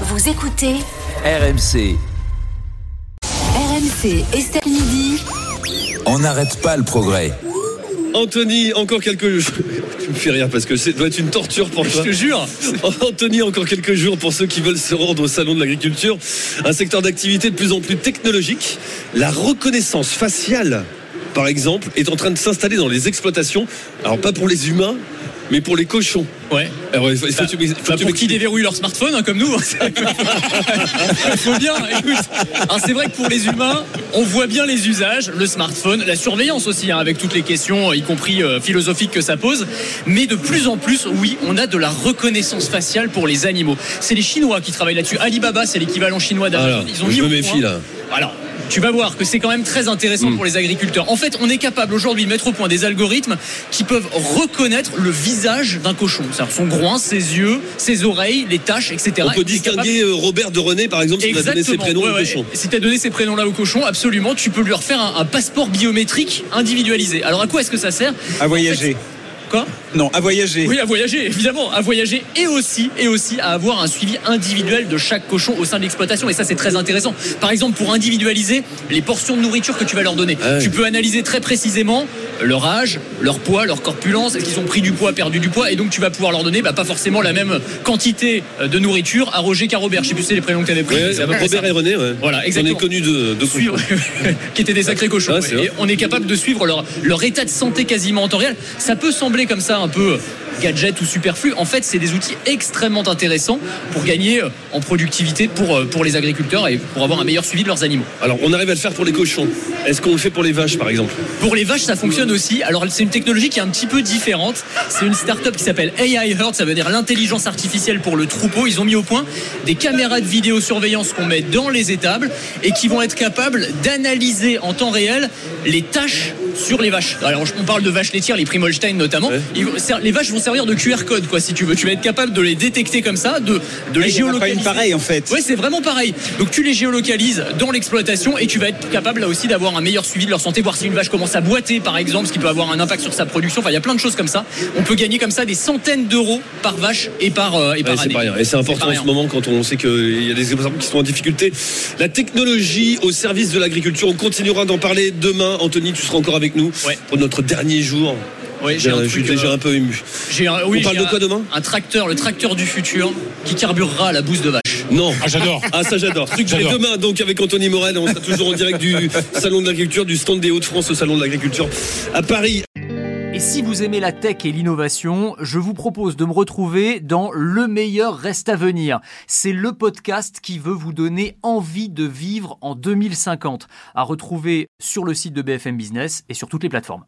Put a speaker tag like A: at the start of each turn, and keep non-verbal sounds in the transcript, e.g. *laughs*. A: Vous écoutez
B: RMC.
A: RMC Estelle Midi.
B: On n'arrête pas le progrès.
C: Anthony, encore quelques jours. Tu me fais rire parce que ça doit être une torture pour toi.
D: Je te jure.
C: *laughs* Anthony, encore quelques jours pour ceux qui veulent se rendre au salon de l'agriculture. Un secteur d'activité de plus en plus technologique. La reconnaissance faciale, par exemple, est en train de s'installer dans les exploitations. Alors pas pour les humains, mais pour les cochons.
D: Ouais.
C: Alors, il faut- il faut
D: Bah,
C: que tu m'ex- faut que
D: bah,
C: tu
D: pour
C: m'expliques.
D: qu'ils déverrouillent leur smartphone, hein, comme nous.
C: *laughs*
D: Il faut bien, écoute. Alors, c'est vrai que pour les humains, on voit bien les usages, le smartphone, la surveillance aussi, hein, avec toutes les questions, y compris euh, philosophiques que ça pose. Mais de plus en plus, oui, on a de la reconnaissance faciale pour les animaux. C'est les Chinois qui travaillent là-dessus. Alibaba, c'est l'équivalent chinois
C: Voilà,
D: d'Amazon. Ils
C: je
D: ont mis
C: me
D: au point-
C: méfie là.
D: Alors, tu vas voir que c'est quand même très intéressant
C: Hmm.
D: pour les agriculteurs. En fait, on est capable aujourd'hui de mettre au point des algorithmes qui peuvent reconnaître le visage d'un cochon. C'est-à-dire son groin, ses yeux, ses oreilles, les taches, etc.
C: On peut
D: Et est capable-
C: distinguer euh, Robert de René, par exemple, si on a donné ses
D: Exactement.
C: prénoms
D: Ouais,
C: aux
D: ouais.
C: cochons.
D: Si tu as donné ces prénoms-là au cochon, absolument, tu peux lui refaire un, un passeport biométrique individualisé. Alors à quoi est-ce que ça sert
C: Ah
E: À voyager.
D: Quoi
E: Non, à voyager.
D: Oui, à voyager, évidemment, à voyager et aussi, et aussi à avoir un suivi individuel de chaque cochon au sein de l'exploitation. Et ça, c'est très intéressant. Par exemple, pour individualiser les portions de nourriture que tu vas leur donner,
C: Ah oui.
D: tu peux analyser très précisément leur âge, leur poids, leur corpulence, est-ce qu'ils ont pris du poids, perdu du poids, et donc tu vas pouvoir leur donner bah, pas forcément la même quantité euh, de nourriture à Roger qu'à Robert. Je sais plus c'est les prénoms que tu avais pris.
C: Ouais,
D: mais c'est à peu près
C: Robert
D: ça.
C: et René, ouais.
D: Voilà,
C: On
D: exactement.
C: est connus de, de
D: suivre, *laughs* qui étaient des sacrés cochons.
C: Ouais, c'est vrai.
D: Et on est capable de suivre leur, leur état de santé quasiment en temps réel. Ça peut sembler comme ça un peu euh, gadget ou superflu. En fait, c'est des outils extrêmement intéressants pour gagner euh, en productivité pour, euh, pour les agriculteurs et pour avoir un meilleur suivi de leurs animaux.
C: Alors, on arrive à le faire pour les cochons. Est-ce qu'on le fait pour les vaches, par exemple Eh,
D: Pour les vaches, ça fonctionne aussi. Alors, c'est une technologie qui est un petit peu différente. C'est une start-up qui s'appelle AI Herd, ça veut dire l'intelligence artificielle pour le troupeau. Ils ont mis au point des caméras de vidéosurveillance qu'on met dans les étables et qui vont être capables d'analyser en temps réel les tâches sur les vaches. Alors, on parle de vaches laitières, les Primolstein notamment.
C: Ouais.
D: Ils vont ser- les vaches vont servir de QR code, quoi, si tu veux. Tu vas être capable de les détecter comme ça, de, de les
E: Il y en a pas
D: géolocaliser.
E: une pareille en fait.
D: Ouais, c'est vraiment pareil. Donc tu les géolocalises dans l'exploitation et tu vas être capable là aussi d'avoir un meilleur suivi de leur santé, voir si une vache commence à boiter par exemple, ce qui peut avoir un impact sur sa production. Enfin, il y a plein de choses comme ça. On peut gagner comme ça des centaines d'euros par vache et par euh, et
C: Ouais,
D: par
C: c'est
D: année.
C: pas rien. Et c'est
D: pas
C: important en
D: rien.
C: ce moment quand on sait qu'il y a des exemples qui sont en difficulté. La technologie au service de l'agriculture, on continuera d'en parler demain. Anthony, tu seras encore avec nous
D: Ouais.
C: pour notre dernier jour.
D: Ouais,
C: J'ai-
D: j'ai un
C: je suis
D: truc,
C: déjà
D: euh,
C: un peu ému.
D: J'ai un- oui,
C: On parle
D: j'ai
C: de quoi
D: un-
C: demain
D: Un tracteur, le tracteur du futur qui carburera la bouse de vache.
C: Non.
F: Ah, j'adore.
C: Ah ça j'adore. Truc que j'ai
F: *laughs* J'adore.
C: demain donc avec Anthony Morel, on sera toujours en direct du salon de l'agriculture, du stand des Hauts-de-France au salon de l'agriculture à Paris.
G: Et si vous aimez la tech et l'innovation, je vous propose de me retrouver dans Le meilleur reste à venir. C'est le podcast qui veut vous donner envie de vivre en 2050, à retrouver sur le site de BFM Business et sur toutes les plateformes.